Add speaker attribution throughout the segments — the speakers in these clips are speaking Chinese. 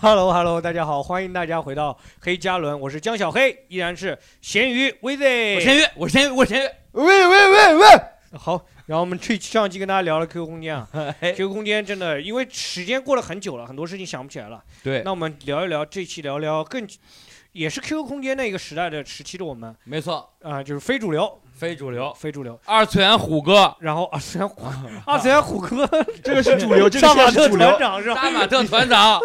Speaker 1: Hello Hello，大家好，欢迎大家回到黑加仑，我是江小黑，依然是咸鱼 VZ，
Speaker 2: 我是咸鱼，我是咸鱼，我是咸鱼。
Speaker 1: 喂喂喂喂，好，然后我们去上期跟大家聊了 QQ 空间啊，QQ 空间真的因为时间过了很久了，很多事情想不起来了。
Speaker 2: 对
Speaker 1: 那我们聊一聊这期聊聊更也是 QQ 空间那个时代的时期的我们
Speaker 2: 没错，
Speaker 1: 啊、就是非主流，
Speaker 2: 非主流，
Speaker 1: 非主流。
Speaker 2: 二次元虎 哥，
Speaker 1: 然后二次元虎，二次元虎哥，
Speaker 3: 这个是主流，这个
Speaker 1: 杀马
Speaker 3: 现在
Speaker 1: 特
Speaker 3: 是主流
Speaker 1: 团。长是吧？
Speaker 2: 杀马特 团长，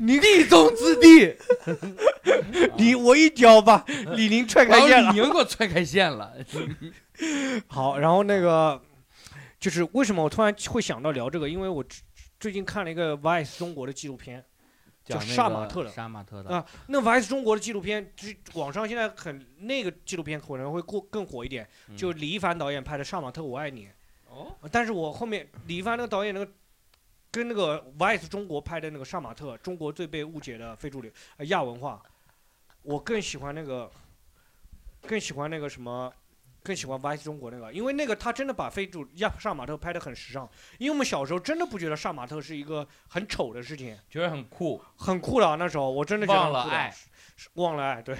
Speaker 1: 你
Speaker 2: 地宗之地，
Speaker 1: 你我一脚把李宁踹开线
Speaker 2: 然后
Speaker 1: 了
Speaker 2: 李。宁给我踹开线了。
Speaker 1: 好，然后那个就是为什么我突然会想到聊这个，因为我最最近看了一个 VICE 中国的纪录片，叫
Speaker 2: 讲那个
Speaker 1: 杀马特的
Speaker 2: 杀马特的
Speaker 1: 啊，那 VICE 中国的纪录片，就网上现在很那个纪录片可能会过更火一点，
Speaker 2: 嗯
Speaker 1: 就李一凡导演拍的《杀马特我爱你》
Speaker 2: 哦，
Speaker 1: 但是我后面李一凡那个导演那个。跟那个 VICE 中国拍的那个《杀马特》，中国最被误解的非主流、呃、亚文化，我更喜欢那个，更喜欢那个什么，更喜欢 VICE 中国那个，因为那个他真的把非主亚杀马特拍得很时尚。因为我们小时候真的不觉得杀马特是一个很丑的事情，
Speaker 2: 觉得很酷，
Speaker 1: 很酷的、啊。那时候我真的觉得很酷的
Speaker 2: 忘了爱，
Speaker 1: 是忘了爱，对，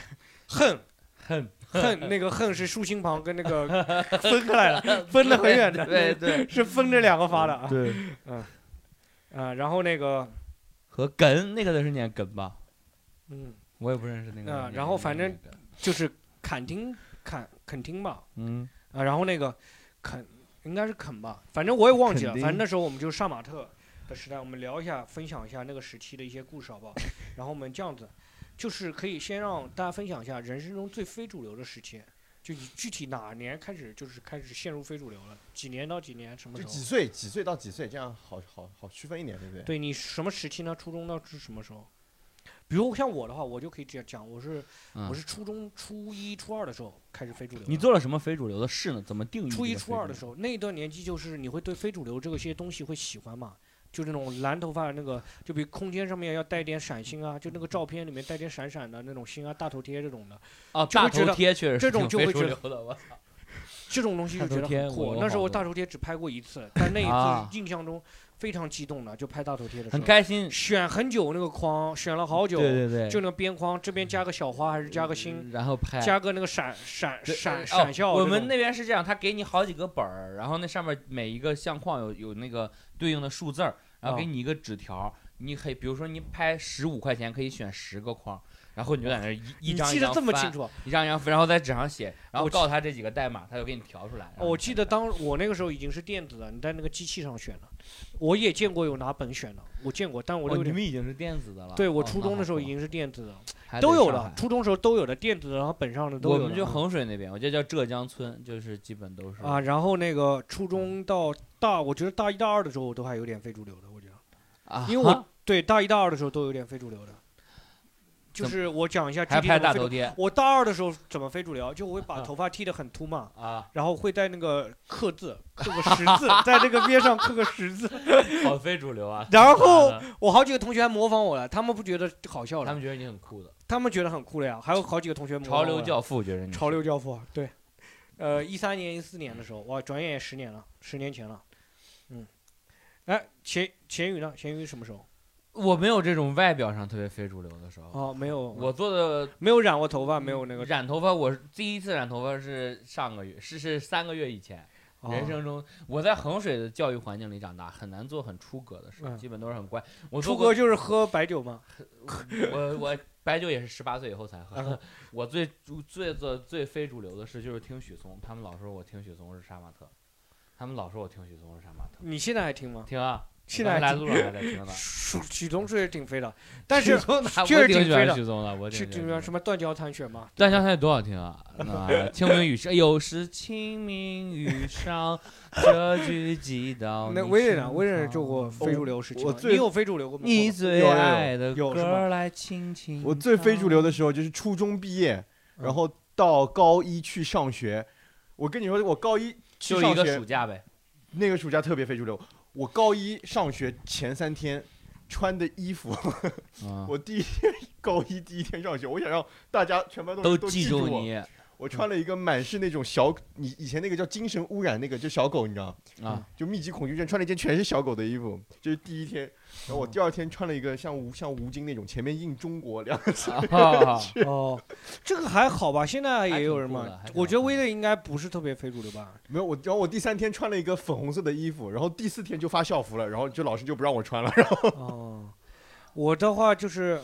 Speaker 1: 恨
Speaker 2: 恨
Speaker 1: 恨那个恨是竖心旁跟那个 分开来了， 分得很远的，
Speaker 2: 对对，
Speaker 1: 是分着两个发的啊。
Speaker 3: 对，
Speaker 2: 嗯
Speaker 1: 啊，然后那个，
Speaker 2: 和梗那个的是念梗吧？
Speaker 1: 嗯，
Speaker 2: 我也不认识那个
Speaker 1: 啊
Speaker 2: 念。
Speaker 1: 然后反正
Speaker 2: 念梗
Speaker 1: 就是坎汀坎肯汀吧，
Speaker 2: 嗯，
Speaker 1: 啊，然后那个肯应该是肯吧，反正我也忘记了。
Speaker 3: 肯定
Speaker 1: 反正那时候我们就是杀马特的时代，我们聊一下，分享一下那个时期的一些故事，好不好？然后我们这样子，就是可以先让大家分享一下人生中最非主流的时期，就你具体哪年开始就是开始陷入非主流了，几年到几年，什么
Speaker 3: 就
Speaker 1: 时
Speaker 3: 几
Speaker 1: 候？
Speaker 3: 岁几岁到几岁，这样好好好区分一点，对不对？
Speaker 1: 对你什么时期呢？初中到是什么时候？比如像我的话，我就可以这样讲，我是、
Speaker 2: 嗯
Speaker 1: 我是初中初一初二的时候开始非主流的。
Speaker 2: 你做了什么非主流的事呢？怎么定义？
Speaker 1: 初一、初二的时候，那一段年纪就是你会对非主流这个些东西会喜欢嘛？就那种蓝头发的那个，就比空间上面要带点闪星啊，就那个照片里面带点闪闪的那种星啊，大头贴这种的，
Speaker 2: 候啊，
Speaker 1: 就
Speaker 2: 大
Speaker 1: 会觉得
Speaker 2: 头贴确实
Speaker 1: 这种
Speaker 2: 挺
Speaker 1: 就
Speaker 2: 非
Speaker 1: 会
Speaker 2: 主
Speaker 1: 觉
Speaker 2: 流的，我操，
Speaker 1: 这种东西就觉
Speaker 2: 大
Speaker 1: 得
Speaker 2: 头贴
Speaker 1: 很
Speaker 2: 我
Speaker 1: 酷
Speaker 2: 有。
Speaker 1: 那时候
Speaker 2: 好多
Speaker 1: 大头贴只拍过一次，但那
Speaker 2: 啊
Speaker 1: 一次印象中非常激动的，就拍大头贴的时
Speaker 2: 很
Speaker 1: 候，
Speaker 2: 开心。
Speaker 1: 选很久那个框，选了好久，
Speaker 2: 对对对，
Speaker 1: 就那个边框这边加个小花还是加个星，
Speaker 2: 然后拍
Speaker 1: 加个那个闪闪
Speaker 2: 对
Speaker 1: 闪
Speaker 2: 哦
Speaker 1: 闪耀这种。
Speaker 2: 我们那边是这样，他给你好几个本儿，然后那上面每一个相框有有那个对应的数字儿，然后给
Speaker 1: 啊
Speaker 2: 你一个纸条儿，你可以比如说你拍十五块钱可以选十个框，然后你就在那儿一一
Speaker 1: 你
Speaker 2: 张一
Speaker 1: 记得
Speaker 2: 张
Speaker 1: 这么
Speaker 2: 翻
Speaker 1: 清，楚啊？
Speaker 2: 一张一张翻，然后在纸上写，然后
Speaker 1: 我记
Speaker 2: 告诉他这几个代码，他就给你调出来。然后
Speaker 1: 我
Speaker 2: 你
Speaker 1: 记得
Speaker 2: 再拍
Speaker 1: 当我那个时候已经是电子了，你在那个机器上选了。我也见过有拿本选的，我见过，但我有
Speaker 2: 哦你
Speaker 1: 点、
Speaker 2: 们已经是电子的了，
Speaker 1: 对我
Speaker 2: 哦
Speaker 1: 初
Speaker 2: 那
Speaker 1: 中
Speaker 2: 好
Speaker 1: 的时候
Speaker 2: 酷
Speaker 1: 已经是电子的，
Speaker 2: 还
Speaker 1: 都
Speaker 2: 得
Speaker 1: 有
Speaker 2: 上
Speaker 1: 的
Speaker 2: 海，
Speaker 1: 初中时候都有的电子的，然后本上的都
Speaker 2: 我
Speaker 1: 有的。
Speaker 2: 们就衡水那边，我记得叫浙江村，就是基本都是
Speaker 1: 啊，然后那个初
Speaker 2: 嗯
Speaker 1: 中到大，我觉得大一大二的时候我都还有点非主流的，我觉得，
Speaker 2: 啊
Speaker 1: 因为我、
Speaker 2: 哈
Speaker 1: 对大一大二的时候都有点非主流的，就
Speaker 2: 怎么
Speaker 1: 是我讲一下具
Speaker 2: 还
Speaker 1: 体
Speaker 2: 拍
Speaker 1: 怎么
Speaker 2: 大
Speaker 1: 非主
Speaker 2: 头嗯贴
Speaker 1: 我大二的时候怎么非主流，就我会把头发剃得很秃嘛，
Speaker 2: 啊，
Speaker 1: 然后会在那个刻字，刻个 十字，在那个边上刻个十字，。
Speaker 2: 好非主流啊
Speaker 1: 然后
Speaker 2: 啊
Speaker 1: 我好几个同学还模仿我了，他们不觉得好笑
Speaker 2: 他
Speaker 1: 了，
Speaker 2: 们觉得你很酷的，
Speaker 1: 他们觉得很酷了呀。还有好几个同学模仿
Speaker 2: 潮
Speaker 1: 我
Speaker 2: 流
Speaker 1: 了
Speaker 2: 教父觉得你
Speaker 1: 潮流教父，对，呃，一三年一四年的时候，哇，转眼也十年了，十年前了，嗯，哎，咸咸鱼呢？咸鱼什么时候？
Speaker 2: 我没有这种外表上特别非主流的时候。
Speaker 1: 哦，没有，
Speaker 2: 我嗯做的
Speaker 1: 没有染过头发，没有那个
Speaker 2: 染头发，我第一次染头发是上个月，是是三个月以前。
Speaker 1: 哦
Speaker 2: 人生中，我在衡水的教育环境里长大，很难做很出格的事，
Speaker 1: 嗯
Speaker 2: 基本都是很乖。我做
Speaker 1: 出
Speaker 2: 过
Speaker 1: 哥，就是喝白酒嘛，
Speaker 2: 我我白酒也是十八岁以后才喝
Speaker 1: 嗯。
Speaker 2: 我最主最做最非主流的事就是听许嵩，他们老说我听许嵩是杀马特，他们老说我听许嵩是杀马特。
Speaker 1: 你现在还听吗？
Speaker 2: 听啊，
Speaker 1: 现
Speaker 2: 我
Speaker 1: 在
Speaker 2: 刚才来
Speaker 1: 还
Speaker 2: 路
Speaker 1: 听
Speaker 2: 上还在听呢。
Speaker 1: 许许嵩确实挺飞的，但是
Speaker 2: 嗯许嵩呢
Speaker 1: 确实
Speaker 2: 我挺
Speaker 1: 挺
Speaker 2: 喜
Speaker 1: 飞
Speaker 2: 欢
Speaker 1: 的
Speaker 2: 许嵩的，我挺
Speaker 1: 去
Speaker 2: 喜
Speaker 1: 这
Speaker 2: 欢
Speaker 1: 边。什么断交残雪 嘛，
Speaker 2: 断桥台多好听啊！那清明雨上，有时清明雨上，这句寄到
Speaker 1: 那
Speaker 2: 哦你啊
Speaker 1: 威廉
Speaker 2: 身
Speaker 1: 呢？威廉做过
Speaker 2: 旁
Speaker 1: 非主流时期
Speaker 3: 哦我
Speaker 1: 吗？
Speaker 3: 最
Speaker 1: 你有非主流过吗？
Speaker 2: 你最
Speaker 3: 有有有
Speaker 2: 爱的
Speaker 1: 有是
Speaker 2: 歌
Speaker 1: 吗
Speaker 2: 儿来轻轻
Speaker 3: 我最非主流
Speaker 2: 的
Speaker 3: 的时候就是初中毕业，
Speaker 1: 嗯
Speaker 3: 然后到高一去上学。我跟你说，我高一去
Speaker 2: 就一
Speaker 3: 上
Speaker 2: 个
Speaker 3: 学
Speaker 2: 暑假呗，
Speaker 3: 那个暑假特别非主流。我高一上学前三天穿的衣 服，
Speaker 2: 嗯，
Speaker 3: 我第一天高一第一天上学，我想让大家全班都
Speaker 2: 都
Speaker 3: 都
Speaker 2: 记
Speaker 3: 住
Speaker 2: 住
Speaker 3: 我。
Speaker 2: 你，
Speaker 3: 我穿了一个满是那种小，你以前那个叫精神污染那个，就小狗，你知道吗？
Speaker 2: 啊，
Speaker 3: 就密集恐惧症，穿了一件全是小狗的衣服，这是第一天。然后我第二天穿了一个像吴像吴京那种，前面印中国两个字，
Speaker 2: 啊
Speaker 1: 哦，这个还好吧？现在也有人
Speaker 2: 还挺酷
Speaker 1: 嘛
Speaker 2: 的还？挺
Speaker 1: 我觉得
Speaker 2: 好看
Speaker 1: 威的应该不是特别非主流吧？
Speaker 3: 没有我。 然后我第三天穿了一个粉红色的衣服，然后第四天就发校服了，然后就老师就不让我穿了。然后
Speaker 1: 哦，我的话就是，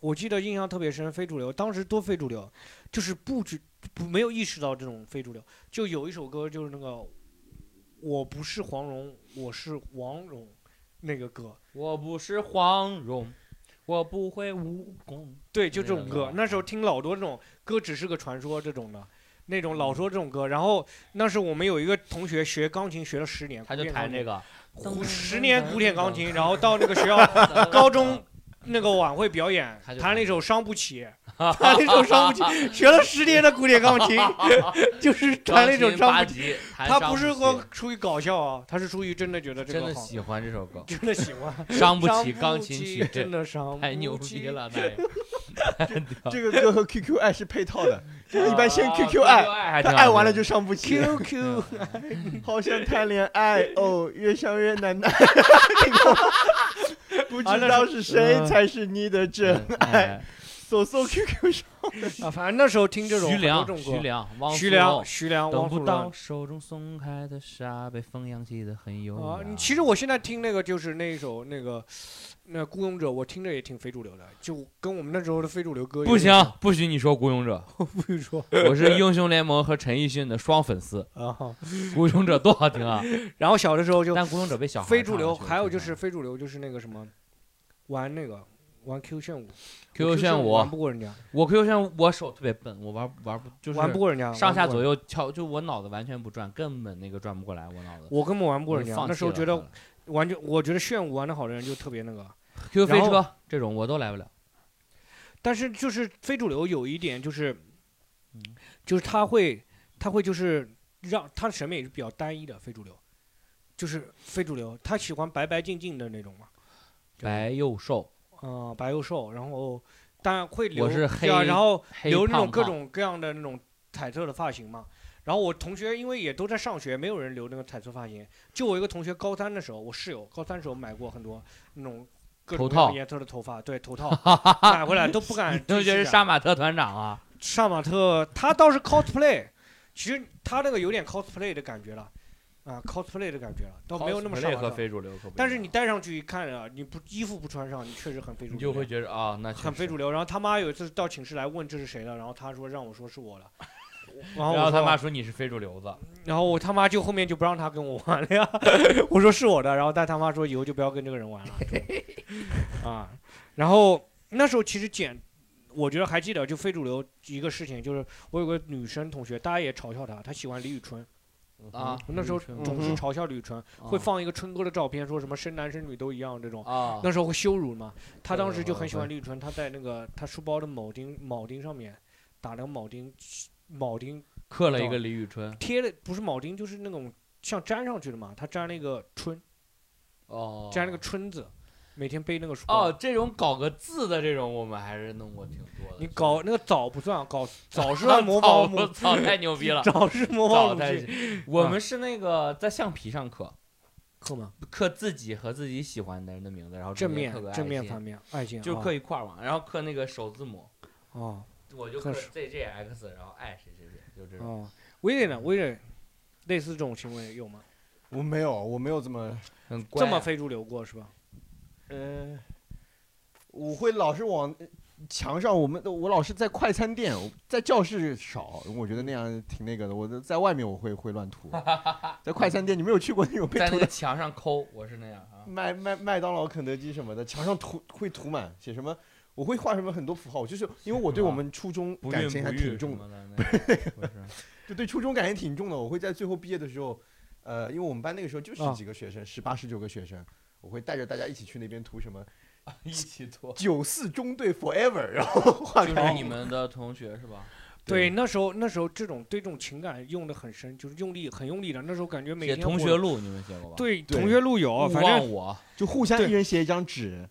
Speaker 1: 我记得印象特别深，非主流，当时多非主流，就是不知不没有意识到这种非主流，就有一首歌就是那个我不是黄蓉，我是王蓉那个歌，
Speaker 2: 我不是黄蓉，我不会武功。
Speaker 1: 对，就这
Speaker 2: 那
Speaker 1: 种
Speaker 2: 个
Speaker 1: 歌
Speaker 2: 啊吧。
Speaker 1: 那时候听老多这种歌，只是个传说这种的。那种
Speaker 2: 嗯
Speaker 1: 老说这种歌，然后那是我们有一个同学学钢琴学了十年，
Speaker 2: 他就弹这
Speaker 1: 个。
Speaker 2: 个，
Speaker 1: 古十年古典钢琴，然后到那个学校 高
Speaker 2: 嗯
Speaker 1: 中那个晚会表演
Speaker 2: 他，就
Speaker 1: 弹了一首《伤不起》，弹了一首《伤不起》，学了十年的古典钢 琴，就是弹了一首《伤
Speaker 2: 八
Speaker 1: 不起》。
Speaker 2: 级，弹
Speaker 1: 他
Speaker 2: 伤
Speaker 1: 不是
Speaker 2: 起
Speaker 1: 说出于搞笑啊，他是出于真的觉得这
Speaker 2: 真
Speaker 1: 个
Speaker 2: 的
Speaker 1: 好，
Speaker 2: 喜欢这首 歌，
Speaker 1: 真的喜欢。
Speaker 2: 伤不
Speaker 1: 伤
Speaker 2: 起钢琴 曲，
Speaker 1: 真
Speaker 2: 这
Speaker 1: 的伤
Speaker 2: 太
Speaker 1: 不
Speaker 2: 牛
Speaker 1: 起
Speaker 2: 逼。了，那也。
Speaker 3: 这个歌和 QQ 爱是配套的， 就是一般先
Speaker 2: 啊
Speaker 3: QQ 爱，
Speaker 2: 爱，还
Speaker 3: 他
Speaker 2: 挺好
Speaker 3: 爱完了
Speaker 2: 听
Speaker 3: 就上不起，
Speaker 1: QQ
Speaker 3: 好想谈恋爱哦，越想越难 耐。不知道是谁才是你的真
Speaker 2: 嗯
Speaker 3: 爱，搜搜 QQ 上。
Speaker 1: 啊，反正那时候 听这种
Speaker 2: 徐
Speaker 1: 很多这
Speaker 2: 良，
Speaker 1: 种
Speaker 2: 徐
Speaker 1: 歌，
Speaker 2: 良，汪
Speaker 1: 徐
Speaker 2: 苏
Speaker 1: 良，
Speaker 2: 泷
Speaker 1: 徐良，
Speaker 2: 等
Speaker 1: 汪苏
Speaker 2: 不
Speaker 1: 泷
Speaker 2: 到。手中松开的沙，被风扬起的很优
Speaker 1: 啊，
Speaker 2: 雅。
Speaker 1: 你其实我现在听那个就是那一首那个，那《孤勇者》，我听着也挺非主流的，就跟我们那时候的非主流歌有
Speaker 2: 不行
Speaker 1: 点，
Speaker 2: 不许你说《孤勇者
Speaker 1: 像，不许 说》，
Speaker 2: 我是英雄联盟和陈奕迅的双粉丝，
Speaker 1: 啊。
Speaker 2: 《孤勇者》多好听啊！
Speaker 1: 然后小的时候就
Speaker 2: 但《孤勇者》被小孩
Speaker 1: 非主流，
Speaker 2: 唱了
Speaker 1: 还有就是非主流就是那个什么，玩那个玩 Q 炫舞
Speaker 2: QQ 炫
Speaker 1: 舞
Speaker 2: 舞，
Speaker 1: 玩不过人家，
Speaker 2: 我 QQ 炫舞我手特别笨，我玩玩不就是
Speaker 1: 玩不过人家，
Speaker 2: 上下
Speaker 1: 玩不过
Speaker 2: 左
Speaker 1: 人
Speaker 2: 右敲，就我脑子完全不转，根本那个转不过来，我脑子
Speaker 1: 家，。我根本玩不过
Speaker 2: 我
Speaker 1: 人
Speaker 2: 就
Speaker 1: 家。
Speaker 2: 放
Speaker 1: 那
Speaker 2: 弃
Speaker 1: 时候
Speaker 2: 了
Speaker 1: 觉
Speaker 2: 后
Speaker 1: 得
Speaker 2: 来
Speaker 1: 完全，我觉得炫舞玩的好的人就特别那个，
Speaker 2: QQ 飞
Speaker 1: 然后
Speaker 2: 车这种我都来不了。
Speaker 1: 但是就是非主流有一点就是
Speaker 2: 嗯，
Speaker 1: 就是他会他会就是让他的审美是比较单一的非主流，就是非主流，他喜欢白白净净的那种嘛，
Speaker 2: 白又瘦，
Speaker 1: 嗯、白又瘦，然后当然会留
Speaker 2: 我是
Speaker 1: 对啊
Speaker 2: 黑
Speaker 1: 然后
Speaker 2: 黑
Speaker 1: 留那
Speaker 2: 胖
Speaker 1: 种各
Speaker 2: 胖
Speaker 1: 种各样的那种彩色的发型嘛。然后我同学因为也都在上学，没有人留那个彩色发型。就我一个同学，高三的时候，我室友高三的时候买过很多那种各种各
Speaker 2: 头
Speaker 1: 样
Speaker 2: 套
Speaker 1: 颜色的头发，对头 套买回来都不敢
Speaker 2: 同
Speaker 1: 去
Speaker 2: 学
Speaker 1: 施
Speaker 2: 是
Speaker 1: 展
Speaker 2: 杀马特团长啊，
Speaker 1: 杀马特他倒是 cosplay，其实他那个有点 cosplay 的感觉了，啊 cosplay 的感觉了，哦倒没有那么杀
Speaker 2: cosplay
Speaker 1: 马
Speaker 2: 和
Speaker 1: 特。
Speaker 2: 非主流可不一样。
Speaker 1: 但是你戴上去一看啊，你不衣服不穿上，你确实很非主
Speaker 2: 你
Speaker 1: 流，
Speaker 2: 就会觉得啊，那确
Speaker 1: 很非
Speaker 2: 实。
Speaker 1: 主流。然后他妈有一次到寝室来问这是谁的，然后他说让我说是我 了，然后
Speaker 2: 然
Speaker 1: 我
Speaker 2: 后他
Speaker 1: 说
Speaker 2: 妈说你是非主流子，
Speaker 1: 然后我他妈就后面就不让他跟我玩了呀， 我说是我的，然后但他妈说以后就不要跟这个人玩了， 就啊，然后那时候其实剪，我觉得还记得就非主流一个事情，就是我有个女生同学，大家也嘲笑她，她喜欢李宇春
Speaker 2: 啊
Speaker 1: 那时候
Speaker 2: 李宇春
Speaker 1: 总是
Speaker 3: 嗯
Speaker 1: 嘲笑李宇春，
Speaker 2: 啊
Speaker 1: 嗯会放一个春哥的照片，说什么生男生女都一样这种，
Speaker 2: 啊
Speaker 1: 那时候会羞辱嘛，她
Speaker 2: 对
Speaker 1: 当时就
Speaker 2: 会
Speaker 1: 很喜
Speaker 2: 会
Speaker 1: 欢李宇春，她在那个她书包的铆钉铆钉上面打了个铆钉，铆钉
Speaker 2: 刻了一个李宇春
Speaker 1: 贴的不是铆钉，就是那种像粘上去的嘛，他粘了一个春，
Speaker 2: 哦，
Speaker 1: 粘了个春字，每天背那个书包。
Speaker 2: 哦，这种搞个字的这种我们还是弄过挺多的。
Speaker 1: 你 搞那个枣不算，搞枣是
Speaker 2: 是吧
Speaker 1: 魔
Speaker 2: 操
Speaker 1: 方母，
Speaker 2: 我操，太牛 逼了！
Speaker 1: 枣是魔
Speaker 2: 早
Speaker 1: 方
Speaker 2: 太
Speaker 1: 母，
Speaker 2: 我
Speaker 1: 嗯
Speaker 2: 们是那个在橡皮上刻
Speaker 1: 刻吗？
Speaker 2: 刻自己和自己喜欢的人的名字，然后中
Speaker 1: 正
Speaker 2: 间
Speaker 1: 面
Speaker 2: 刻个、
Speaker 1: 正面、反，面、爱心，
Speaker 2: 就
Speaker 1: 啊
Speaker 2: 刻一块儿嘛，然后刻那个首字母，
Speaker 1: 哦
Speaker 2: 我就
Speaker 1: 刻
Speaker 2: 刻
Speaker 1: 是
Speaker 2: ZJX，然后爱谁谁谁，就这种。
Speaker 1: 哦。威廉呢？威廉类似这种行为有吗？
Speaker 3: 我没有，我没有这么，
Speaker 2: 很乖
Speaker 1: 这
Speaker 2: 啊
Speaker 1: 么非主流过是吧？
Speaker 3: 呃，我会老是往墙上，我们我老是在快餐店，在教室少，我觉得那样挺那个的。我在外面我会会乱 涂，在快餐店你没有去过那种被
Speaker 2: 在那
Speaker 3: 涂
Speaker 2: 个
Speaker 3: 的。
Speaker 2: 墙上抠，我是那样 啊。
Speaker 3: 麦麦麦当劳、肯德基什么的，墙上涂会涂满写什么？我会画什么很多符号，就是因为我对我们初中感情还挺重的，
Speaker 2: 的，不是
Speaker 3: 就对初中感情挺重的。我会在最后毕业的时候，呃，因为我们班那个时候就
Speaker 2: 啊
Speaker 3: 十几个学生，十八十九个学生，我会带着大家一起去那边涂什么
Speaker 2: 一起拖。
Speaker 3: 九四中队 forever，然后画
Speaker 2: 就
Speaker 3: 出
Speaker 2: 是
Speaker 3: 来
Speaker 2: 你们的同学是吧？
Speaker 1: 对，
Speaker 3: 对
Speaker 1: 那时候那时候这种对这种情感用的很深，就是用力很用力的。那时候感觉每
Speaker 2: 写
Speaker 1: 天
Speaker 2: 同
Speaker 1: 我
Speaker 2: 学录，啊哦你们写过吧？，
Speaker 1: 对
Speaker 3: 对
Speaker 1: 同学录有，
Speaker 2: 勿
Speaker 1: 反正
Speaker 2: 忘我。
Speaker 3: 就互相
Speaker 1: 对
Speaker 3: 一人写一张纸，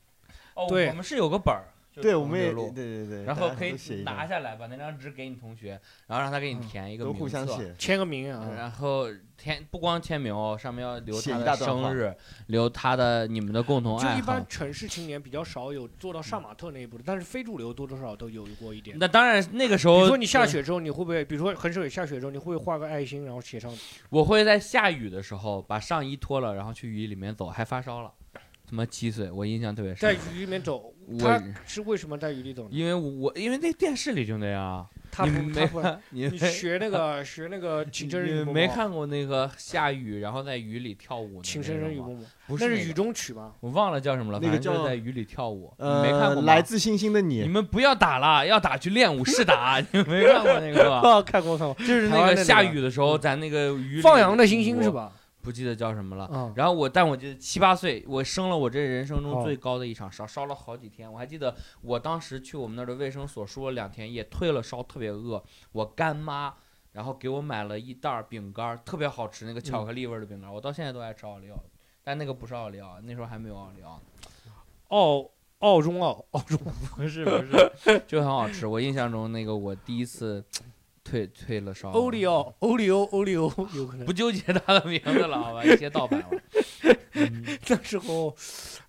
Speaker 2: 哦，
Speaker 1: 对
Speaker 2: 我们是有个本儿，就
Speaker 3: 对，
Speaker 2: 是
Speaker 3: 我们也
Speaker 2: 就
Speaker 3: 对
Speaker 2: 录
Speaker 3: 对对，
Speaker 2: 然
Speaker 3: 大
Speaker 2: 后
Speaker 3: 家
Speaker 2: 可以
Speaker 3: 都写一
Speaker 2: 拿
Speaker 3: 下，
Speaker 2: 下来，把那张纸给你同学，然后让他给你
Speaker 1: 嗯
Speaker 2: 填一个
Speaker 3: 都互
Speaker 2: 名
Speaker 3: 相
Speaker 2: 册
Speaker 3: 写，嗯
Speaker 1: 签个名啊，
Speaker 2: 然后填不光签名哦，上面要留
Speaker 3: 写
Speaker 2: 他
Speaker 3: 一
Speaker 2: 的
Speaker 3: 大段话
Speaker 2: 生日，留他的你们的共同
Speaker 1: 就
Speaker 2: 爱
Speaker 1: 一
Speaker 2: 好
Speaker 1: 般。城市青年比较少有做到上马特那一步的，但是非主流多多少少都有过一点。
Speaker 2: 那当然，那个时
Speaker 1: 比
Speaker 2: 候
Speaker 1: 如说你下雪之后，你会不会？比如说很少有下雪之后，你会不会画个爱心，然后 写上
Speaker 2: 我会在下雨的时候把上衣脱了，然后去雨里面走，还发烧了。他妈七岁，我印象特别
Speaker 1: 在
Speaker 2: 深。
Speaker 1: 雨里面走？他
Speaker 2: 我
Speaker 1: 是为什么在雨里走呢？
Speaker 2: 因为我因为那电视里就那样啊，
Speaker 1: 他
Speaker 2: 你
Speaker 1: 不，他
Speaker 2: 没
Speaker 1: 不，
Speaker 2: 你
Speaker 1: 你学那个学那个情深深雨
Speaker 2: 你
Speaker 1: 蒙
Speaker 2: 没
Speaker 1: 蒙，
Speaker 2: 看过那个下雨然后在雨里跳舞的
Speaker 1: 情
Speaker 2: 那
Speaker 1: 深
Speaker 2: 个
Speaker 1: 深雨
Speaker 2: 吗
Speaker 1: 蒙蒙，那
Speaker 2: 不是
Speaker 1: 是
Speaker 2: 那
Speaker 1: 雨
Speaker 2: 个
Speaker 1: 中曲吗？
Speaker 2: 我忘了叫什么了，
Speaker 3: 那个
Speaker 2: 反正就
Speaker 3: 叫
Speaker 2: 是在雨里跳舞，你没看
Speaker 3: 呃
Speaker 2: 过，吗
Speaker 3: 来自星星的
Speaker 2: 你
Speaker 3: 你，
Speaker 2: 们不要打了，要打去练武是打，你们哦没看过那个吧？
Speaker 1: 啊，看过看过，
Speaker 2: 就是
Speaker 1: 台
Speaker 2: 那
Speaker 1: 湾
Speaker 2: 个
Speaker 1: 的那
Speaker 2: 下
Speaker 1: 个
Speaker 2: 雨的时候，咱那个雨里
Speaker 1: 放羊的星星是
Speaker 2: 舞？
Speaker 1: 吧？
Speaker 2: 不记得叫什么了。
Speaker 1: 啊，
Speaker 2: 然后我，但我记得七八岁，我生了我这人生中
Speaker 1: 哦
Speaker 2: 最高的一场烧，烧了好几天。我还记得我当时去我们那儿的卫生所输了两天液，退了烧，特别饿。我干妈然后给我买了一袋儿饼干儿，特别好吃，那个巧克力味儿的
Speaker 1: 嗯
Speaker 2: 饼干儿，我到现在都爱吃奥利奥，但那个不是奥利奥，那时候还没有奥利奥呢。
Speaker 1: 澳澳中澳澳中，
Speaker 2: 不是不 是，就很好吃。我印象中那个我第一次退退了烧，
Speaker 1: 欧里奥，欧里欧，欧里 欧，有可能
Speaker 2: 不。纠结他的名字了，好吧，一些盗版了。
Speaker 1: 那时候，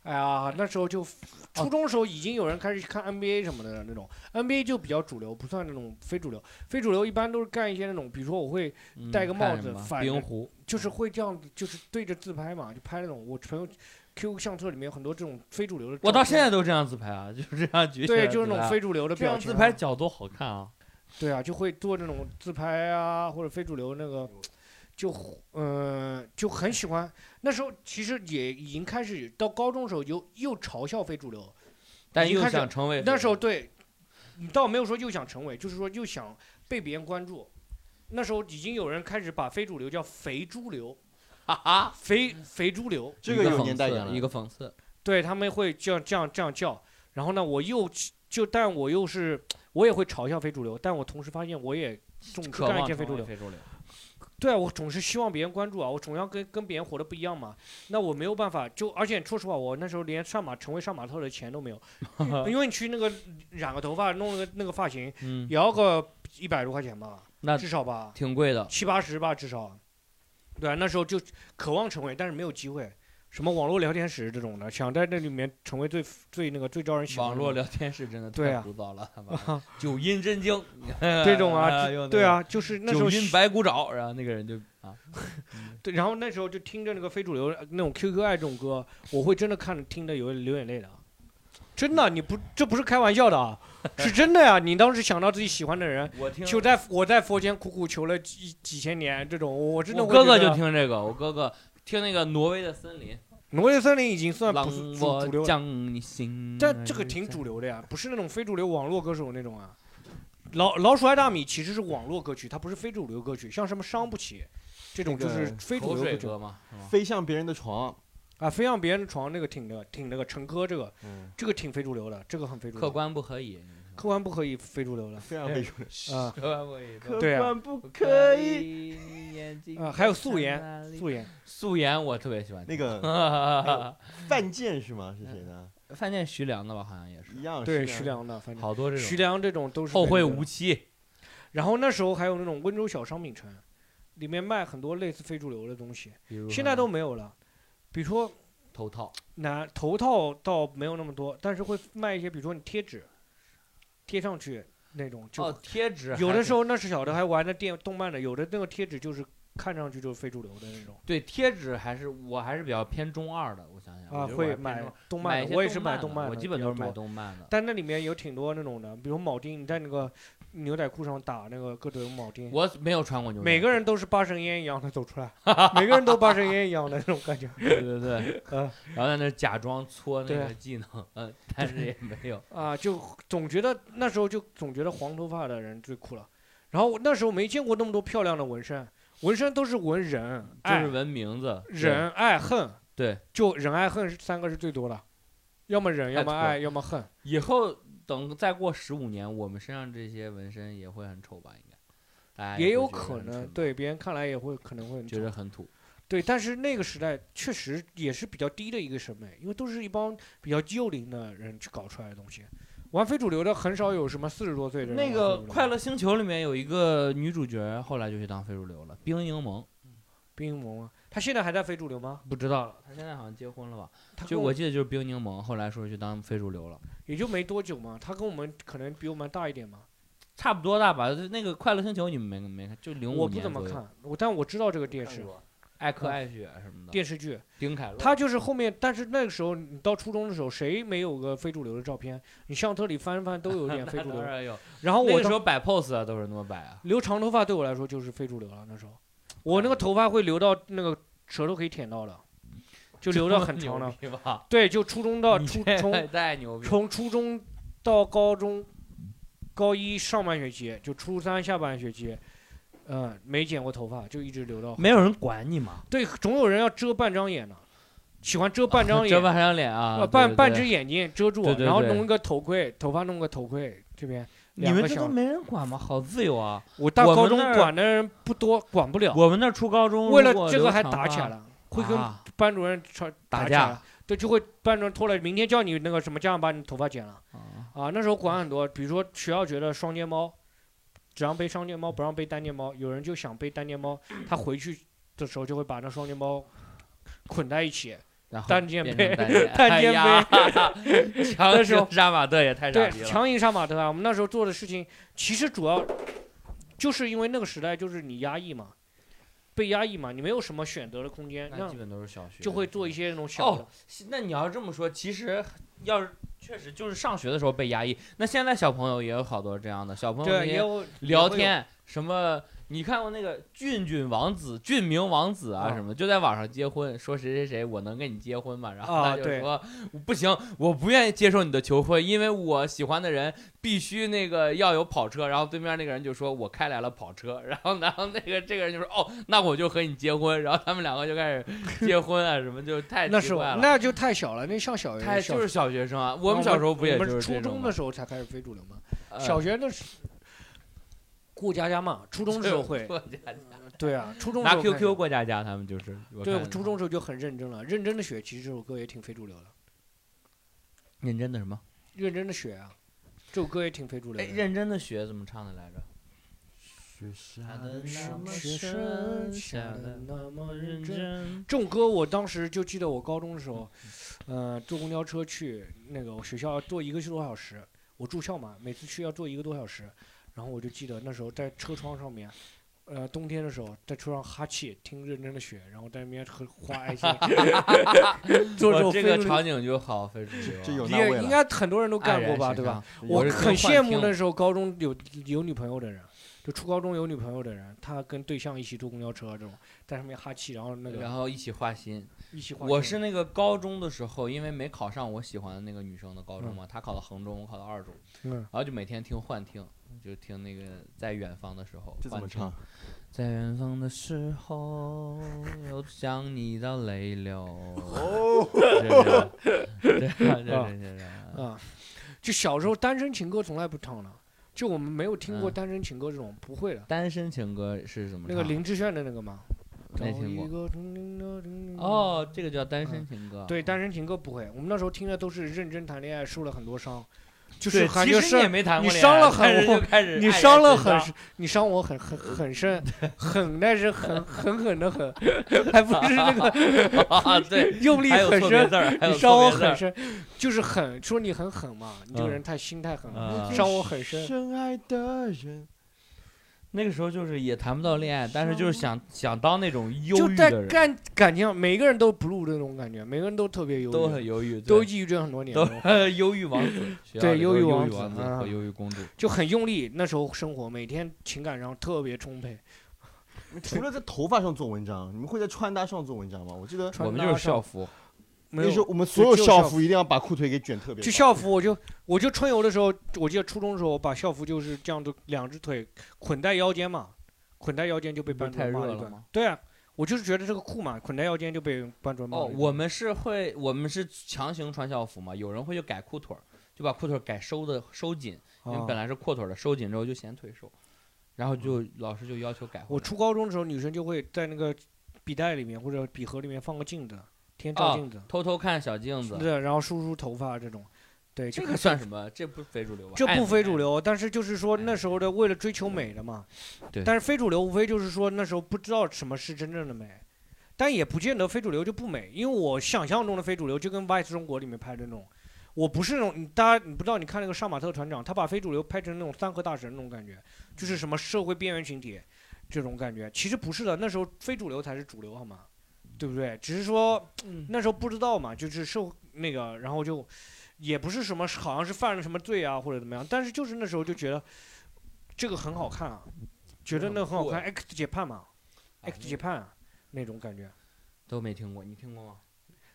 Speaker 1: 哎呀，那时候就初中的时候已经有人开始看 NBA 什么的那种，NBA 就比较主流，不算那种非主流。非主流一般都是干一些那种，比如说我会
Speaker 2: 嗯
Speaker 1: 戴个帽
Speaker 2: 看什
Speaker 1: 子
Speaker 2: 么
Speaker 1: 反
Speaker 2: 冰
Speaker 1: 着
Speaker 2: 壶，
Speaker 1: 就是会这样子，就是对着自拍嘛，就拍那种我朋友 Q 相册里面有很多这种非主流的照片。
Speaker 2: 我到现在都这样自拍啊， 就是这样举起来
Speaker 1: 对，就是那
Speaker 2: 自拍
Speaker 1: 种
Speaker 2: 啊
Speaker 1: 非主流的
Speaker 2: 这
Speaker 1: 表
Speaker 2: 样
Speaker 1: 情、
Speaker 2: 自拍，角多好看啊！
Speaker 1: 对啊，就会做那种自拍啊，或者非主流那个，就嗯、就很喜欢。那时候其实也已经开始到高中的时候又又嘲笑非主流，
Speaker 2: 但
Speaker 1: 已经
Speaker 2: 又
Speaker 1: 开始
Speaker 2: 想成为
Speaker 1: 那时候对，你倒没有说又想成为，就是说又想被别人关注。那时候已经有人开始把非主流叫肥猪流，
Speaker 2: 哈哈，
Speaker 1: 肥肥猪流，
Speaker 3: 这
Speaker 2: 一
Speaker 3: 个
Speaker 2: 个
Speaker 3: 有
Speaker 2: 讽
Speaker 3: 年代
Speaker 2: 刺
Speaker 3: 感了
Speaker 2: 一个讽刺。
Speaker 1: 对他们会这样这样这样叫。然后呢，我又就但我又是我也会嘲笑非主流，但我同时发现我也总是
Speaker 2: 渴
Speaker 1: 干一
Speaker 2: 望
Speaker 1: 件非
Speaker 2: 成
Speaker 1: 主
Speaker 2: 为
Speaker 1: 流。
Speaker 2: 非主流，
Speaker 1: 对啊，我总是希望别人关注啊，我总要跟跟别人活得不一样嘛。那我没有办法，就而且说实话，我那时候连上马成为上马特的钱都 没有，因为你去那个染个头发，弄了个那个发型，
Speaker 2: 嗯，
Speaker 1: 也要个一百多块钱吧，
Speaker 2: 那
Speaker 1: 至少吧，
Speaker 2: 挺贵的。
Speaker 1: 七八十吧，至少。对啊，那时候就渴望成为，但是没有机会。什么网络聊天室这种的，想在那里面成为最最那个最招人喜欢
Speaker 2: 网
Speaker 1: 的
Speaker 2: 络
Speaker 1: 那
Speaker 2: 聊天室真的
Speaker 1: 对
Speaker 2: 太
Speaker 1: 啊
Speaker 2: 枯燥了，他妈九阴真经
Speaker 1: 这种啊
Speaker 2: 哎
Speaker 1: 这
Speaker 2: 呦那
Speaker 1: 种对
Speaker 2: 个
Speaker 1: 啊，就是那时
Speaker 2: 九
Speaker 1: 候
Speaker 2: 阴白骨爪，然后那个人就啊，
Speaker 1: 对，然后那时候就听着那个非主流呃那种 QQ 爱这种歌，我会真的看着听的有流眼泪的，啊真的，你不这不是开玩笑的啊，是真的呀！你当时想到自己喜欢的人，
Speaker 2: 我听
Speaker 1: 就在我在佛前苦苦求了几几千年，这种我真的
Speaker 2: 我
Speaker 1: 会
Speaker 2: 哥哥
Speaker 1: 觉得
Speaker 2: 就听这个，我哥哥听那个挪威的森林，
Speaker 1: 挪威森林已经算
Speaker 2: 让
Speaker 1: 不是主主
Speaker 2: 我
Speaker 1: 流，
Speaker 2: 将你心。
Speaker 1: 但这个
Speaker 2: 嗯
Speaker 1: 挺主，流的呀，不是那种非主流网络歌手那种啊。老老鼠爱大米其实是网络歌曲，它不是非主流歌曲，像什么伤不起这种就
Speaker 3: 那个
Speaker 1: 是非主
Speaker 2: 口
Speaker 1: 流歌
Speaker 2: 水
Speaker 1: 曲
Speaker 2: 歌嘛，是吗？
Speaker 3: 飞向别人的床，
Speaker 1: 啊，飞上别人的床那个挺那个挺那个陈珂这个。
Speaker 3: 嗯，
Speaker 1: 这个挺非主流的，这个很非主流。
Speaker 2: 客观不可以，
Speaker 1: 客观不可以非主流的
Speaker 3: 非常非主流。
Speaker 1: 啊
Speaker 2: 客观不可以，
Speaker 1: 对啊
Speaker 3: 观不
Speaker 2: 不
Speaker 3: 可以。
Speaker 2: 以。你眼睛
Speaker 1: 啊，还有素
Speaker 2: 在
Speaker 1: 颜，
Speaker 2: 哪里
Speaker 1: 素颜
Speaker 2: 素颜我特别喜欢
Speaker 3: 那
Speaker 2: 听。
Speaker 3: 个 范建是吗？是谁的？
Speaker 2: 范建徐良的吧，好像也是，
Speaker 3: 一样。
Speaker 1: 对
Speaker 3: 是
Speaker 1: 徐良的，反正
Speaker 2: 好多这
Speaker 1: 徐
Speaker 2: 种
Speaker 1: 良这种都是
Speaker 2: 后
Speaker 1: 非
Speaker 2: 会
Speaker 1: 主流
Speaker 2: 无
Speaker 1: 的。
Speaker 2: 期。
Speaker 1: 然后那时候还有那种温州小商品城，里面卖很多类似非主流的东西，
Speaker 2: 比如
Speaker 1: 现在
Speaker 2: 什
Speaker 1: 都
Speaker 2: 么
Speaker 1: 没有了。比如说
Speaker 2: 头套，
Speaker 1: 拿头套倒没有那么多，但是会卖一些，比如说你贴纸，贴上去那种就。
Speaker 2: 哦，贴纸还
Speaker 1: 有的
Speaker 2: 挺
Speaker 1: 时候那是小的还玩的电动漫的，有的那个贴纸就是看上去就是非主流的那种
Speaker 2: 对贴纸还是我还是比较偏中二的，我想想
Speaker 1: 啊，会买动
Speaker 2: 买
Speaker 1: 漫的，我也是买动
Speaker 2: 动
Speaker 1: 漫的
Speaker 2: 我
Speaker 1: 比较多，
Speaker 2: 基本都是买动漫的。
Speaker 1: 但那里面有挺多那种的，比如铆钉，你在那个牛仔裤上打那个各种铆钉，
Speaker 2: 我没有穿过牛仔裤，
Speaker 1: 每个人都是八神烟一样的走出来，每个人都八神烟一样的那种感觉。
Speaker 2: 对对对，
Speaker 1: 嗯
Speaker 2: 然后在那假装搓那
Speaker 1: 对
Speaker 2: 个
Speaker 1: 啊
Speaker 2: 技能，嗯，但是也没有。
Speaker 1: 啊，就总觉得那时候就总觉得黄头发的人最酷了。然后我那时候没见过那么多漂亮的纹身，纹身都是纹人，
Speaker 2: 就
Speaker 1: 爱
Speaker 2: 是纹名字，
Speaker 1: 人爱恨，
Speaker 2: 对，
Speaker 1: 就人爱恨是三个是最多的，要么人，
Speaker 2: 太
Speaker 1: 要么
Speaker 2: 多
Speaker 1: 爱，要么恨。
Speaker 2: 对。以后等再过十五年，我们身上这些纹身也会很丑吧？应该，大家
Speaker 1: 也有
Speaker 2: 会觉得
Speaker 1: 可
Speaker 2: 很
Speaker 1: 能
Speaker 2: 蠢吧，
Speaker 1: 对别人看来也会可能会很
Speaker 2: 觉
Speaker 1: 丑
Speaker 2: 得很土。
Speaker 1: 对，但是那个时代确实也是比较低的一个审美，因为都是一帮比较幼龄的人去搞出来的东西。玩非主流的很少有什么四十多岁的人玩
Speaker 2: 那
Speaker 1: 非主流
Speaker 2: 个
Speaker 1: 的。
Speaker 2: 《快乐星球》里面有一个女主角，后来就去当非主流了，冰莹萌，
Speaker 1: 冰萌啊，他现在还在非主流吗？
Speaker 2: 不知道了，她现在好像结婚了吧？
Speaker 1: 他跟
Speaker 2: 就我记得就是冰莹萌，后来说去当非主流了，
Speaker 1: 也就没多久嘛，他跟我们可能比我们大一点嘛。
Speaker 2: 差不多大吧。就那个《快乐星球》你们没没看？就零
Speaker 1: 我
Speaker 2: 五
Speaker 1: 不
Speaker 2: 年
Speaker 1: 怎么
Speaker 2: 左右，
Speaker 1: 看，我但我知道这个电视
Speaker 2: 艾克艾雪啊什么的，
Speaker 1: 电视剧，
Speaker 2: 丁凯乐，
Speaker 1: 他就是后面，但是那个时候你到初中的时候，谁没有个非主流的照片？你相册里翻翻都有点非
Speaker 2: 那
Speaker 1: 主
Speaker 2: 当
Speaker 1: 流。
Speaker 2: 然有。
Speaker 1: 然后
Speaker 2: 那
Speaker 1: 我
Speaker 2: 个时
Speaker 1: 当
Speaker 2: 候摆 pose 啊，都是那么摆啊。
Speaker 1: 留长头发对我来说就是非主流了，那时候
Speaker 2: 嗯
Speaker 1: 我那个头发会留到那个舌头可以舔到的，就留到很长
Speaker 2: 这么
Speaker 1: 的。
Speaker 2: 牛逼吧？
Speaker 1: 对，就初中到
Speaker 2: 你
Speaker 1: 初
Speaker 2: 这
Speaker 1: 从
Speaker 2: 太牛逼了！
Speaker 1: 从初中到高中，高一上半学期，就初三下半学期，嗯，没剪过头发，就一直留到。
Speaker 2: 没有人管你吗？
Speaker 1: 对，总有人要遮半张眼呢，喜欢遮半张
Speaker 2: 遮
Speaker 1: 脸，
Speaker 2: 半张脸啊，
Speaker 1: 呃
Speaker 2: 对
Speaker 1: 半
Speaker 2: 对
Speaker 1: 半
Speaker 2: 对
Speaker 1: 只眼睛遮住，
Speaker 2: 对对对
Speaker 1: 然后弄一个头盔，头发弄个头盔这边。
Speaker 2: 你
Speaker 1: 两
Speaker 2: 们
Speaker 1: 个
Speaker 2: 这都
Speaker 1: 小，
Speaker 2: 没人管吗？好自由啊！
Speaker 1: 我大
Speaker 2: 我们
Speaker 1: 高中
Speaker 2: 那儿
Speaker 1: 管的人不多，管不了。
Speaker 2: 我们那初高中
Speaker 1: 为
Speaker 2: 如
Speaker 1: 了
Speaker 2: 果
Speaker 1: 这个
Speaker 2: 留
Speaker 1: 还
Speaker 2: 长
Speaker 1: 打起
Speaker 2: 发
Speaker 1: 来了，会跟
Speaker 2: 啊
Speaker 1: 班主任吵
Speaker 2: 打
Speaker 1: 起
Speaker 2: 架
Speaker 1: 来了，对，就会班主任拖了，明天叫你那个什么家长把你头发剪了
Speaker 2: 啊
Speaker 1: 啊。那时候管很多，比如说学校觉得双肩包，只让背双肩包，不让背单肩包，有人就想背单肩包，他回去的时候就会把那双肩包捆在一起，
Speaker 2: 然后
Speaker 1: 单肩
Speaker 2: 变
Speaker 1: 背
Speaker 2: 成 单肩
Speaker 1: 单肩
Speaker 2: 背，强
Speaker 1: 那时候
Speaker 2: 行 杀马特也太傻
Speaker 1: 对，
Speaker 2: 逼了。
Speaker 1: 强行杀马特啊！我们那时候做的事情，其实主要就是因为那个时代就是你压抑嘛，被压抑嘛，你没有什么选择的空间，
Speaker 2: 那
Speaker 1: 那
Speaker 2: 基本都是小学，
Speaker 1: 就会做一。些那种小的。
Speaker 2: 哦那你要这么说，其实要是确实就是上学的时候被压抑。那现在小朋友也有好多这样的小朋友那
Speaker 1: 对，也
Speaker 2: 些
Speaker 1: 有
Speaker 2: 聊，天什么。你看过那个俊俊王子、俊明王子啊
Speaker 1: 啊
Speaker 2: 什么，就在网上结婚，说谁谁谁，我能跟你结婚吗？然后
Speaker 1: 啊
Speaker 2: 他就
Speaker 1: 对
Speaker 2: 说、不行，我不愿意接受你的求婚，因为我喜欢的人必须那个要有跑车。然后对面那个人就说我开来了跑车， 然后然后那个这个人就说哦，那我就和你结婚。然后他们两个就开始结婚啊什么，就太
Speaker 1: 那
Speaker 2: 奇
Speaker 1: 是
Speaker 2: 怪了。
Speaker 1: 那就太小了，那上小学
Speaker 2: 太就是是小学生啊，我们小时候不也
Speaker 1: 我
Speaker 2: 就
Speaker 1: 们
Speaker 2: 这
Speaker 1: 初
Speaker 2: 种
Speaker 1: 中
Speaker 2: 吗
Speaker 1: 的时候才开始非主流嘛，
Speaker 2: 呃
Speaker 1: 小学那是过家家嘛，初中的时候 会，
Speaker 2: 过家家
Speaker 1: 对啊，初 中的
Speaker 2: 拿
Speaker 1: 时候开始
Speaker 2: QQ 过家家，他们就是我
Speaker 1: 对，
Speaker 2: 看
Speaker 1: 我初中的时候就很认真了，认真的学，其实这首歌也挺非主流的，
Speaker 2: 认真的什么。
Speaker 1: 认真的学啊，这首歌也挺非主
Speaker 2: 哎，
Speaker 1: 流的。
Speaker 2: 认真的学怎么唱的来着？
Speaker 3: 学校
Speaker 2: 的
Speaker 1: 什
Speaker 2: 那
Speaker 1: 么
Speaker 2: 么
Speaker 1: 深
Speaker 2: 深
Speaker 1: 下
Speaker 2: 下
Speaker 1: 的
Speaker 2: 的
Speaker 1: 那么认真？
Speaker 2: 真。
Speaker 1: 这种歌我当时就记得，我高中的时候，
Speaker 2: 嗯
Speaker 1: 呃，坐公交车去那个学校要坐一个多小时，我住校嘛，每次去要坐一个多小时，然后我就记得那时候在车窗上面。呃，冬天的时候在车上哈气，听认真的雪，然后在那边很花爱 心，做这
Speaker 2: 我
Speaker 1: 种非
Speaker 2: 这个
Speaker 1: 主
Speaker 2: 场景就好，非主流啊。
Speaker 3: 这有那味
Speaker 1: 也
Speaker 3: 了
Speaker 1: 应该很多人都干过
Speaker 2: 黯然
Speaker 1: 吧，
Speaker 2: 神
Speaker 1: 对吧？
Speaker 2: 伤？
Speaker 1: 我
Speaker 2: 啊是
Speaker 1: 很
Speaker 2: 更幻
Speaker 1: 羡慕
Speaker 2: 听
Speaker 1: 那时候高中有有女朋友的人，就初高中有女朋友的人，他跟对象一起坐公交车这种，在上面哈气，然后那个
Speaker 2: 然后一起画心。
Speaker 1: 一起划
Speaker 2: 我
Speaker 1: 线
Speaker 2: 是那个高中的时候，因为没考上我喜欢的那个女生的高中嘛，她考到衡中，我考到二中，
Speaker 1: 嗯
Speaker 2: 然后就每天听幻听，就听那个在远方的时候。
Speaker 3: 这怎么
Speaker 2: 幻听
Speaker 3: 唱？
Speaker 2: 在远方的时候，有想你的泪流。
Speaker 3: 哦，
Speaker 2: 哦， 这样这样这
Speaker 1: 啊
Speaker 2: 样这样。
Speaker 1: 啊，就小时候单身情歌从来不唱的，就我们没有听过
Speaker 2: 嗯
Speaker 1: 单身情歌这种，不会的。
Speaker 2: 单身情歌是怎么
Speaker 1: 那
Speaker 2: 唱？
Speaker 1: 个林志炫的那个嘛，
Speaker 2: 没
Speaker 1: 找
Speaker 2: 听
Speaker 1: 一
Speaker 2: 过。
Speaker 1: 个叮叮的叮叮的
Speaker 2: 哦，这个叫单身情歌。
Speaker 1: 对，单身情歌不会，我们那时候听的都是认真谈恋爱，受了很多伤，就是感
Speaker 2: 其
Speaker 1: 觉
Speaker 2: 实你也
Speaker 1: 是
Speaker 2: 没谈过
Speaker 1: 你
Speaker 2: 恋爱，
Speaker 1: 伤了很
Speaker 2: 但是
Speaker 1: 我
Speaker 2: 就开始
Speaker 1: 你
Speaker 2: 爱人
Speaker 1: 伤了
Speaker 2: 自
Speaker 1: 很
Speaker 2: 伤
Speaker 1: 深，你伤我很很很深，很但是很 狠狠的狠，还不是 那个
Speaker 2: 啊， 对，
Speaker 1: 用 力
Speaker 2: 还有
Speaker 1: 很
Speaker 2: 错别
Speaker 1: 深，
Speaker 2: 字儿，还有
Speaker 1: 你伤我
Speaker 2: 错别字
Speaker 1: 很
Speaker 2: 儿。
Speaker 1: 深，就是狠，说你很狠嘛，你这个
Speaker 2: 嗯
Speaker 1: 人太心太狠了。
Speaker 2: 啊
Speaker 1: 伤我很深
Speaker 3: 深爱的人，
Speaker 2: 那个时候就是也谈不到恋爱，但是就是想想当那种忧
Speaker 1: 就
Speaker 2: 郁
Speaker 1: 在
Speaker 2: 的人，
Speaker 1: 干感情上，每个人都 blue 的那种感觉，每个人都特别忧
Speaker 2: 都
Speaker 1: 郁，
Speaker 2: 很忧郁，
Speaker 1: 都
Speaker 2: 对
Speaker 1: 抑郁症很多年
Speaker 2: 都
Speaker 1: 了，
Speaker 2: 忧郁王子，学校
Speaker 1: 对
Speaker 2: 里
Speaker 1: 忧
Speaker 2: 都
Speaker 1: 郁
Speaker 2: 是忧
Speaker 1: 王
Speaker 2: 郁
Speaker 1: 子
Speaker 2: 王子
Speaker 1: 啊
Speaker 2: 和忧郁公主。
Speaker 1: 就很用力。那时候生活，每天情感上特别充沛，
Speaker 3: 除了在头发上做文章，你们会在穿搭上做文章吗？我记得
Speaker 1: 穿
Speaker 2: 我们
Speaker 1: 搭
Speaker 2: 就是校
Speaker 1: 上
Speaker 2: 服，
Speaker 1: 没
Speaker 3: 那时
Speaker 1: 有。
Speaker 3: 候我们所有
Speaker 1: 就校
Speaker 3: 校
Speaker 1: 服
Speaker 3: 服一定要把裤腿给卷特别
Speaker 1: 就
Speaker 3: 高。
Speaker 1: 校服，我就我就春游的时候，我记得初中的时候，我把校服就是这样子，两只腿捆在腰间嘛，捆在腰间就被
Speaker 2: 不
Speaker 1: 班
Speaker 2: 是
Speaker 1: 主任
Speaker 2: 太
Speaker 1: 骂
Speaker 2: 热
Speaker 1: 了一
Speaker 2: 了
Speaker 1: 顿。
Speaker 2: 吗？
Speaker 1: 对啊，我就是觉得这个酷嘛，捆在腰间就被班主任骂
Speaker 2: 哦
Speaker 1: 了一，顿。
Speaker 2: 我们是会，我们是强行穿校服嘛，有人会去改裤腿儿，就把裤腿儿改收的收紧，因为
Speaker 1: 啊嗯
Speaker 2: 本来是阔腿儿的，收紧之后就显腿瘦，然后就老师就要求改回来。
Speaker 1: 我初高中的时候，女生就会在那个笔袋里面或者笔盒里面放个镜子，天天照
Speaker 2: 啊
Speaker 1: 镜子，
Speaker 2: 偷偷看小镜子，
Speaker 1: 对，然后梳梳头发这种。对，
Speaker 2: 这
Speaker 1: 就
Speaker 2: 个算什么？这不非主流吧？
Speaker 1: 这
Speaker 2: 爱
Speaker 1: 不
Speaker 2: 美
Speaker 1: 非主，流，但是就是说
Speaker 2: 爱
Speaker 1: 那
Speaker 2: 美
Speaker 1: 时候的为了追求美的嘛，
Speaker 2: 对
Speaker 1: 但是非主流无非就是说那时候不知道什么是真正的美，但也不见得非主流就不美，因为我想象中的非主流就跟《Vice 中国》里面拍的那种，我不是那种大家你不知道，你看那个杀马特船长，他把非主流拍成那种三和大神那种感觉，就是什么社会边缘群体这种感觉，其实不是的，那时候非主流才是主流，好吗？对不对？只是说
Speaker 2: 嗯
Speaker 1: 那时候不知道嘛，就是受那个，然后就也不是什么，好像是犯了什么罪啊或者怎么样，但是就是那时候就觉得这个很好看啊，觉得那个很好看，X 解判嘛
Speaker 2: 哎
Speaker 1: ，X 解判、啊、那种感觉，
Speaker 2: 都没听过，你听过吗？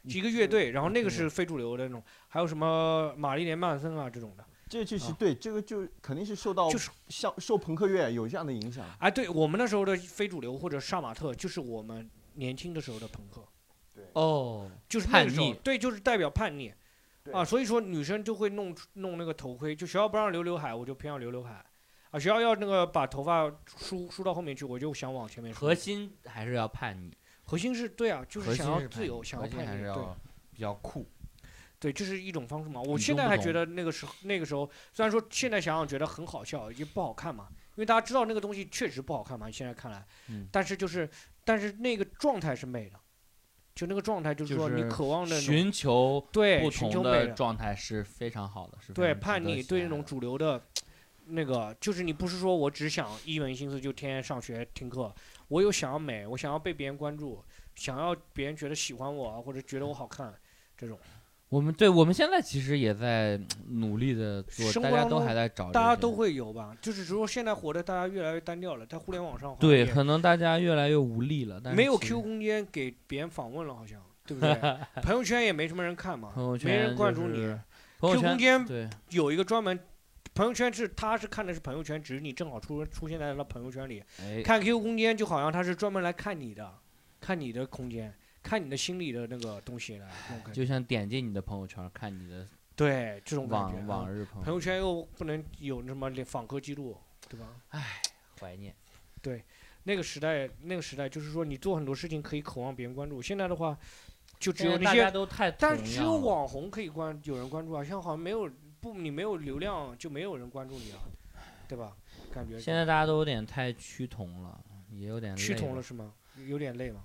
Speaker 1: 一个乐队，然后那个
Speaker 3: 嗯
Speaker 1: 是非主流的那种，还有什么玛丽莲曼森啊这种的，
Speaker 3: 这就是
Speaker 1: 啊
Speaker 3: 对这个就肯定是受到
Speaker 1: 就是
Speaker 3: 像受朋克乐有这样的影响。
Speaker 1: 哎，对我们那时候的非主流或者杀马特，就是我们年轻的时候的朋克，
Speaker 2: 哦，
Speaker 1: 就是那
Speaker 2: 叛
Speaker 1: 个时候
Speaker 2: 逆
Speaker 1: 对，就是代表叛逆。
Speaker 3: 对
Speaker 1: 啊，所以说女生就会弄出弄那个头盔，就学校不让留刘海，我就偏要留刘海；啊，学校要那个把头发梳梳到后面去，我就想往前面梳。
Speaker 2: 核心还是要叛逆，
Speaker 1: 核心是对啊，就
Speaker 2: 核
Speaker 1: 是
Speaker 2: 心
Speaker 1: 想要
Speaker 2: 是叛
Speaker 1: 自
Speaker 2: 逆
Speaker 1: 由，想
Speaker 2: 核
Speaker 1: 要
Speaker 2: 心
Speaker 1: 叛
Speaker 2: 还
Speaker 1: 逆，
Speaker 2: 是
Speaker 1: 对
Speaker 2: 要比较酷。
Speaker 1: 对，这是一种方式嘛。
Speaker 2: 与
Speaker 1: 我现
Speaker 2: 众
Speaker 1: 在
Speaker 2: 不
Speaker 1: 还觉
Speaker 2: 同
Speaker 1: 得那个时候那个时候，虽然说现在想想觉得很好笑，也不好看嘛，因为大家知道那个东西确实不好看嘛，现在看来，
Speaker 3: 嗯
Speaker 1: 但是就是但是那个状态是美的，就那个状态就是
Speaker 2: 就
Speaker 1: 说你
Speaker 2: 是
Speaker 1: 渴望的
Speaker 2: 寻求
Speaker 1: 对
Speaker 2: 不
Speaker 1: 寻
Speaker 2: 同
Speaker 1: 求美
Speaker 2: 的
Speaker 1: 的
Speaker 2: 状态是非常好的，是
Speaker 1: 对
Speaker 2: 非常值
Speaker 1: 叛
Speaker 2: 得啊
Speaker 1: 逆，
Speaker 2: 喜
Speaker 1: 对
Speaker 2: 爱
Speaker 1: 那种
Speaker 2: 的
Speaker 1: 主流的，那个就是你不是说我只想一门心思就天天上学听课，我有想要美，我想要被别人关注，想要别人觉得喜欢我啊，或者觉得我好看，这种
Speaker 2: 我们对我们现在其实也在嗯努力的做，
Speaker 1: 生
Speaker 2: 大
Speaker 1: 活
Speaker 2: 家
Speaker 1: 当
Speaker 2: 都
Speaker 1: 中
Speaker 2: 还在找这些，
Speaker 1: 大家都会有吧？就是说现在活的大家越来越单调了，在互联网上好像
Speaker 2: 对，
Speaker 1: 也
Speaker 2: 可能大家越来越无力了，但是
Speaker 1: 没有
Speaker 2: 其实
Speaker 1: Q 空间给别人访问了，好像对不对？ 朋友圈也没什么人看嘛，
Speaker 2: 朋友
Speaker 1: 没
Speaker 2: 圈
Speaker 1: 人关
Speaker 2: 就
Speaker 1: 注你
Speaker 2: 是。朋友
Speaker 1: Q
Speaker 2: 圈
Speaker 1: 空间
Speaker 2: 对
Speaker 1: 有一个专门。朋友圈是，他是看的是朋友圈，只是你正好出出现在了朋友圈里，
Speaker 2: 哎
Speaker 1: 看 QQ 空间就好像他是专门来看你的，看你的空间，看你的心里的那个东西来，那种感觉。
Speaker 2: 就像点进你的朋友圈看你的
Speaker 1: 对，这种感觉
Speaker 2: 往。往
Speaker 1: 嗯
Speaker 2: 日朋
Speaker 1: 朋友圈又不能有什么连访客记录，对吧？
Speaker 2: 怀念，
Speaker 1: 那个时代，那个时代就是说，你做很多事情可以渴望别人关注。现在的话，就只
Speaker 2: 现
Speaker 1: 有
Speaker 2: 在
Speaker 1: 那
Speaker 2: 大家
Speaker 1: 些，
Speaker 2: 都太
Speaker 1: 但是
Speaker 2: 同
Speaker 1: 只
Speaker 2: 样啊
Speaker 1: 有
Speaker 2: 了
Speaker 1: 网红可以关，有人关注啊。像好像没有不，你没有流量就没有人关注你啊，对吧？感觉
Speaker 2: 现在大家都有点太趋同了，也有点
Speaker 1: 趋
Speaker 2: 累
Speaker 1: 同了是吗？有点累吗？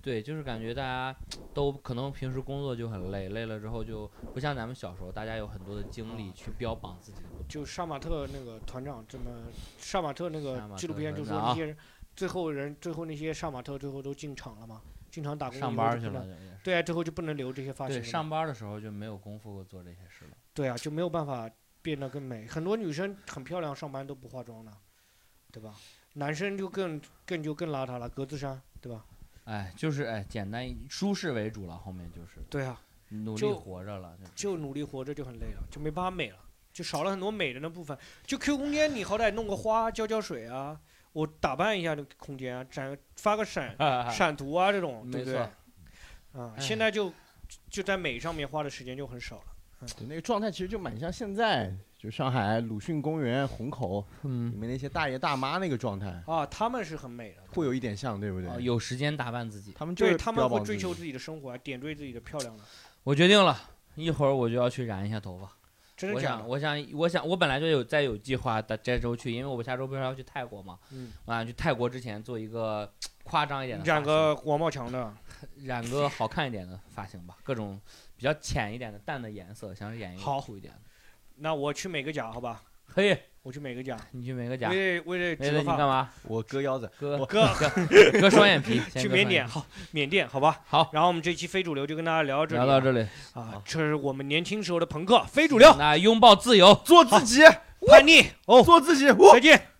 Speaker 2: 对，就是感觉大家都可能平时工作就很累，累了之后就不像咱们小时候，大家有很多的精力去标榜自己的不足。
Speaker 1: 就杀马特那个团长这么，杀马特那
Speaker 2: 杀
Speaker 1: 个
Speaker 2: 马
Speaker 1: 纪录
Speaker 2: 特
Speaker 1: 片
Speaker 2: 团
Speaker 1: 就说
Speaker 2: 长
Speaker 1: 那
Speaker 2: 啊
Speaker 1: 些人，最后人最后那些杀马特最后都进厂了嘛，进厂打工以
Speaker 2: 上
Speaker 1: 后
Speaker 2: 班
Speaker 1: 就
Speaker 2: 去
Speaker 1: 不
Speaker 2: 了
Speaker 1: 能，
Speaker 2: 就也是。
Speaker 1: 对啊，最后就不能留这些发型
Speaker 2: 对，
Speaker 1: 了嘛
Speaker 2: 上班的时候就没有功夫做这些事了。
Speaker 1: 对啊，就没有办法变得更美。很多女生很漂亮，上班都不化妆的，对吧？男生就更更就更邋遢了，格子衫，对吧？
Speaker 2: 哎，就是哎，简单一舒适为主了，后面就是
Speaker 1: 对啊，
Speaker 2: 努力
Speaker 1: 就
Speaker 2: 活着了。就是
Speaker 1: 就 努力活着就很累了，就没办法美了，就少了很多美的那部分。就 Q 空间，你好歹弄个花，浇浇水啊，我打扮一下那个空间啊，展发个闪闪图啊这种，对不
Speaker 2: 没哎错
Speaker 1: 对？啊，现在就就在美上面花的时间就很少了。
Speaker 3: 对那个状态其实就蛮像现在就上海鲁迅公园虹口里
Speaker 2: 嗯，
Speaker 3: 面那些大爷大妈那个状态，
Speaker 1: 啊，他们是很美的，
Speaker 3: 会有一点像，对不对？
Speaker 2: 啊有时间打扮自己。
Speaker 3: 他们就
Speaker 1: 对
Speaker 3: 是
Speaker 1: 他
Speaker 3: 标
Speaker 1: 们会
Speaker 3: 榜
Speaker 1: 追
Speaker 3: 自
Speaker 1: 求
Speaker 3: 己
Speaker 1: 自己的生活，啊点缀自己的漂亮的。
Speaker 2: 我决定了。一会儿我就要去染一下头发，
Speaker 1: 真的
Speaker 2: 我
Speaker 1: 假
Speaker 2: 想，
Speaker 1: 的？
Speaker 2: 我想，我想，我本来就有在有计划的这周去，因为我下周不是要去泰国嘛，
Speaker 1: 嗯，
Speaker 2: 我想去泰国之前做一个夸张一点的发
Speaker 1: 染
Speaker 2: 型，
Speaker 1: 个王宝强的，
Speaker 2: 染个好看一点的发型吧，各种比较浅一点的淡的颜色，想染一个
Speaker 1: 好
Speaker 2: 酷一点的。
Speaker 1: 那我去美个甲，好吧？
Speaker 2: 可以，
Speaker 1: 我去美个甲，
Speaker 2: 你去美个甲，梅
Speaker 1: 为了为了植
Speaker 2: 子
Speaker 1: 个
Speaker 2: 你干
Speaker 1: 发，
Speaker 2: 嘛？
Speaker 3: 我割腰子，
Speaker 2: 割
Speaker 1: 哥
Speaker 2: 割双 眼皮，先
Speaker 1: 去
Speaker 2: 割
Speaker 1: 缅甸，
Speaker 2: 双眼皮
Speaker 1: 好，缅甸，好吧？
Speaker 2: 好，
Speaker 1: 然后我们这期非主流就跟大家聊到这里啊，
Speaker 2: 聊到这里，
Speaker 1: 啊
Speaker 2: 好，
Speaker 1: 这是我们年轻时候的朋克非主流
Speaker 2: 那拥抱自由。
Speaker 3: 做自己，
Speaker 1: 叛逆哦，
Speaker 3: 做自己，我
Speaker 1: 再见。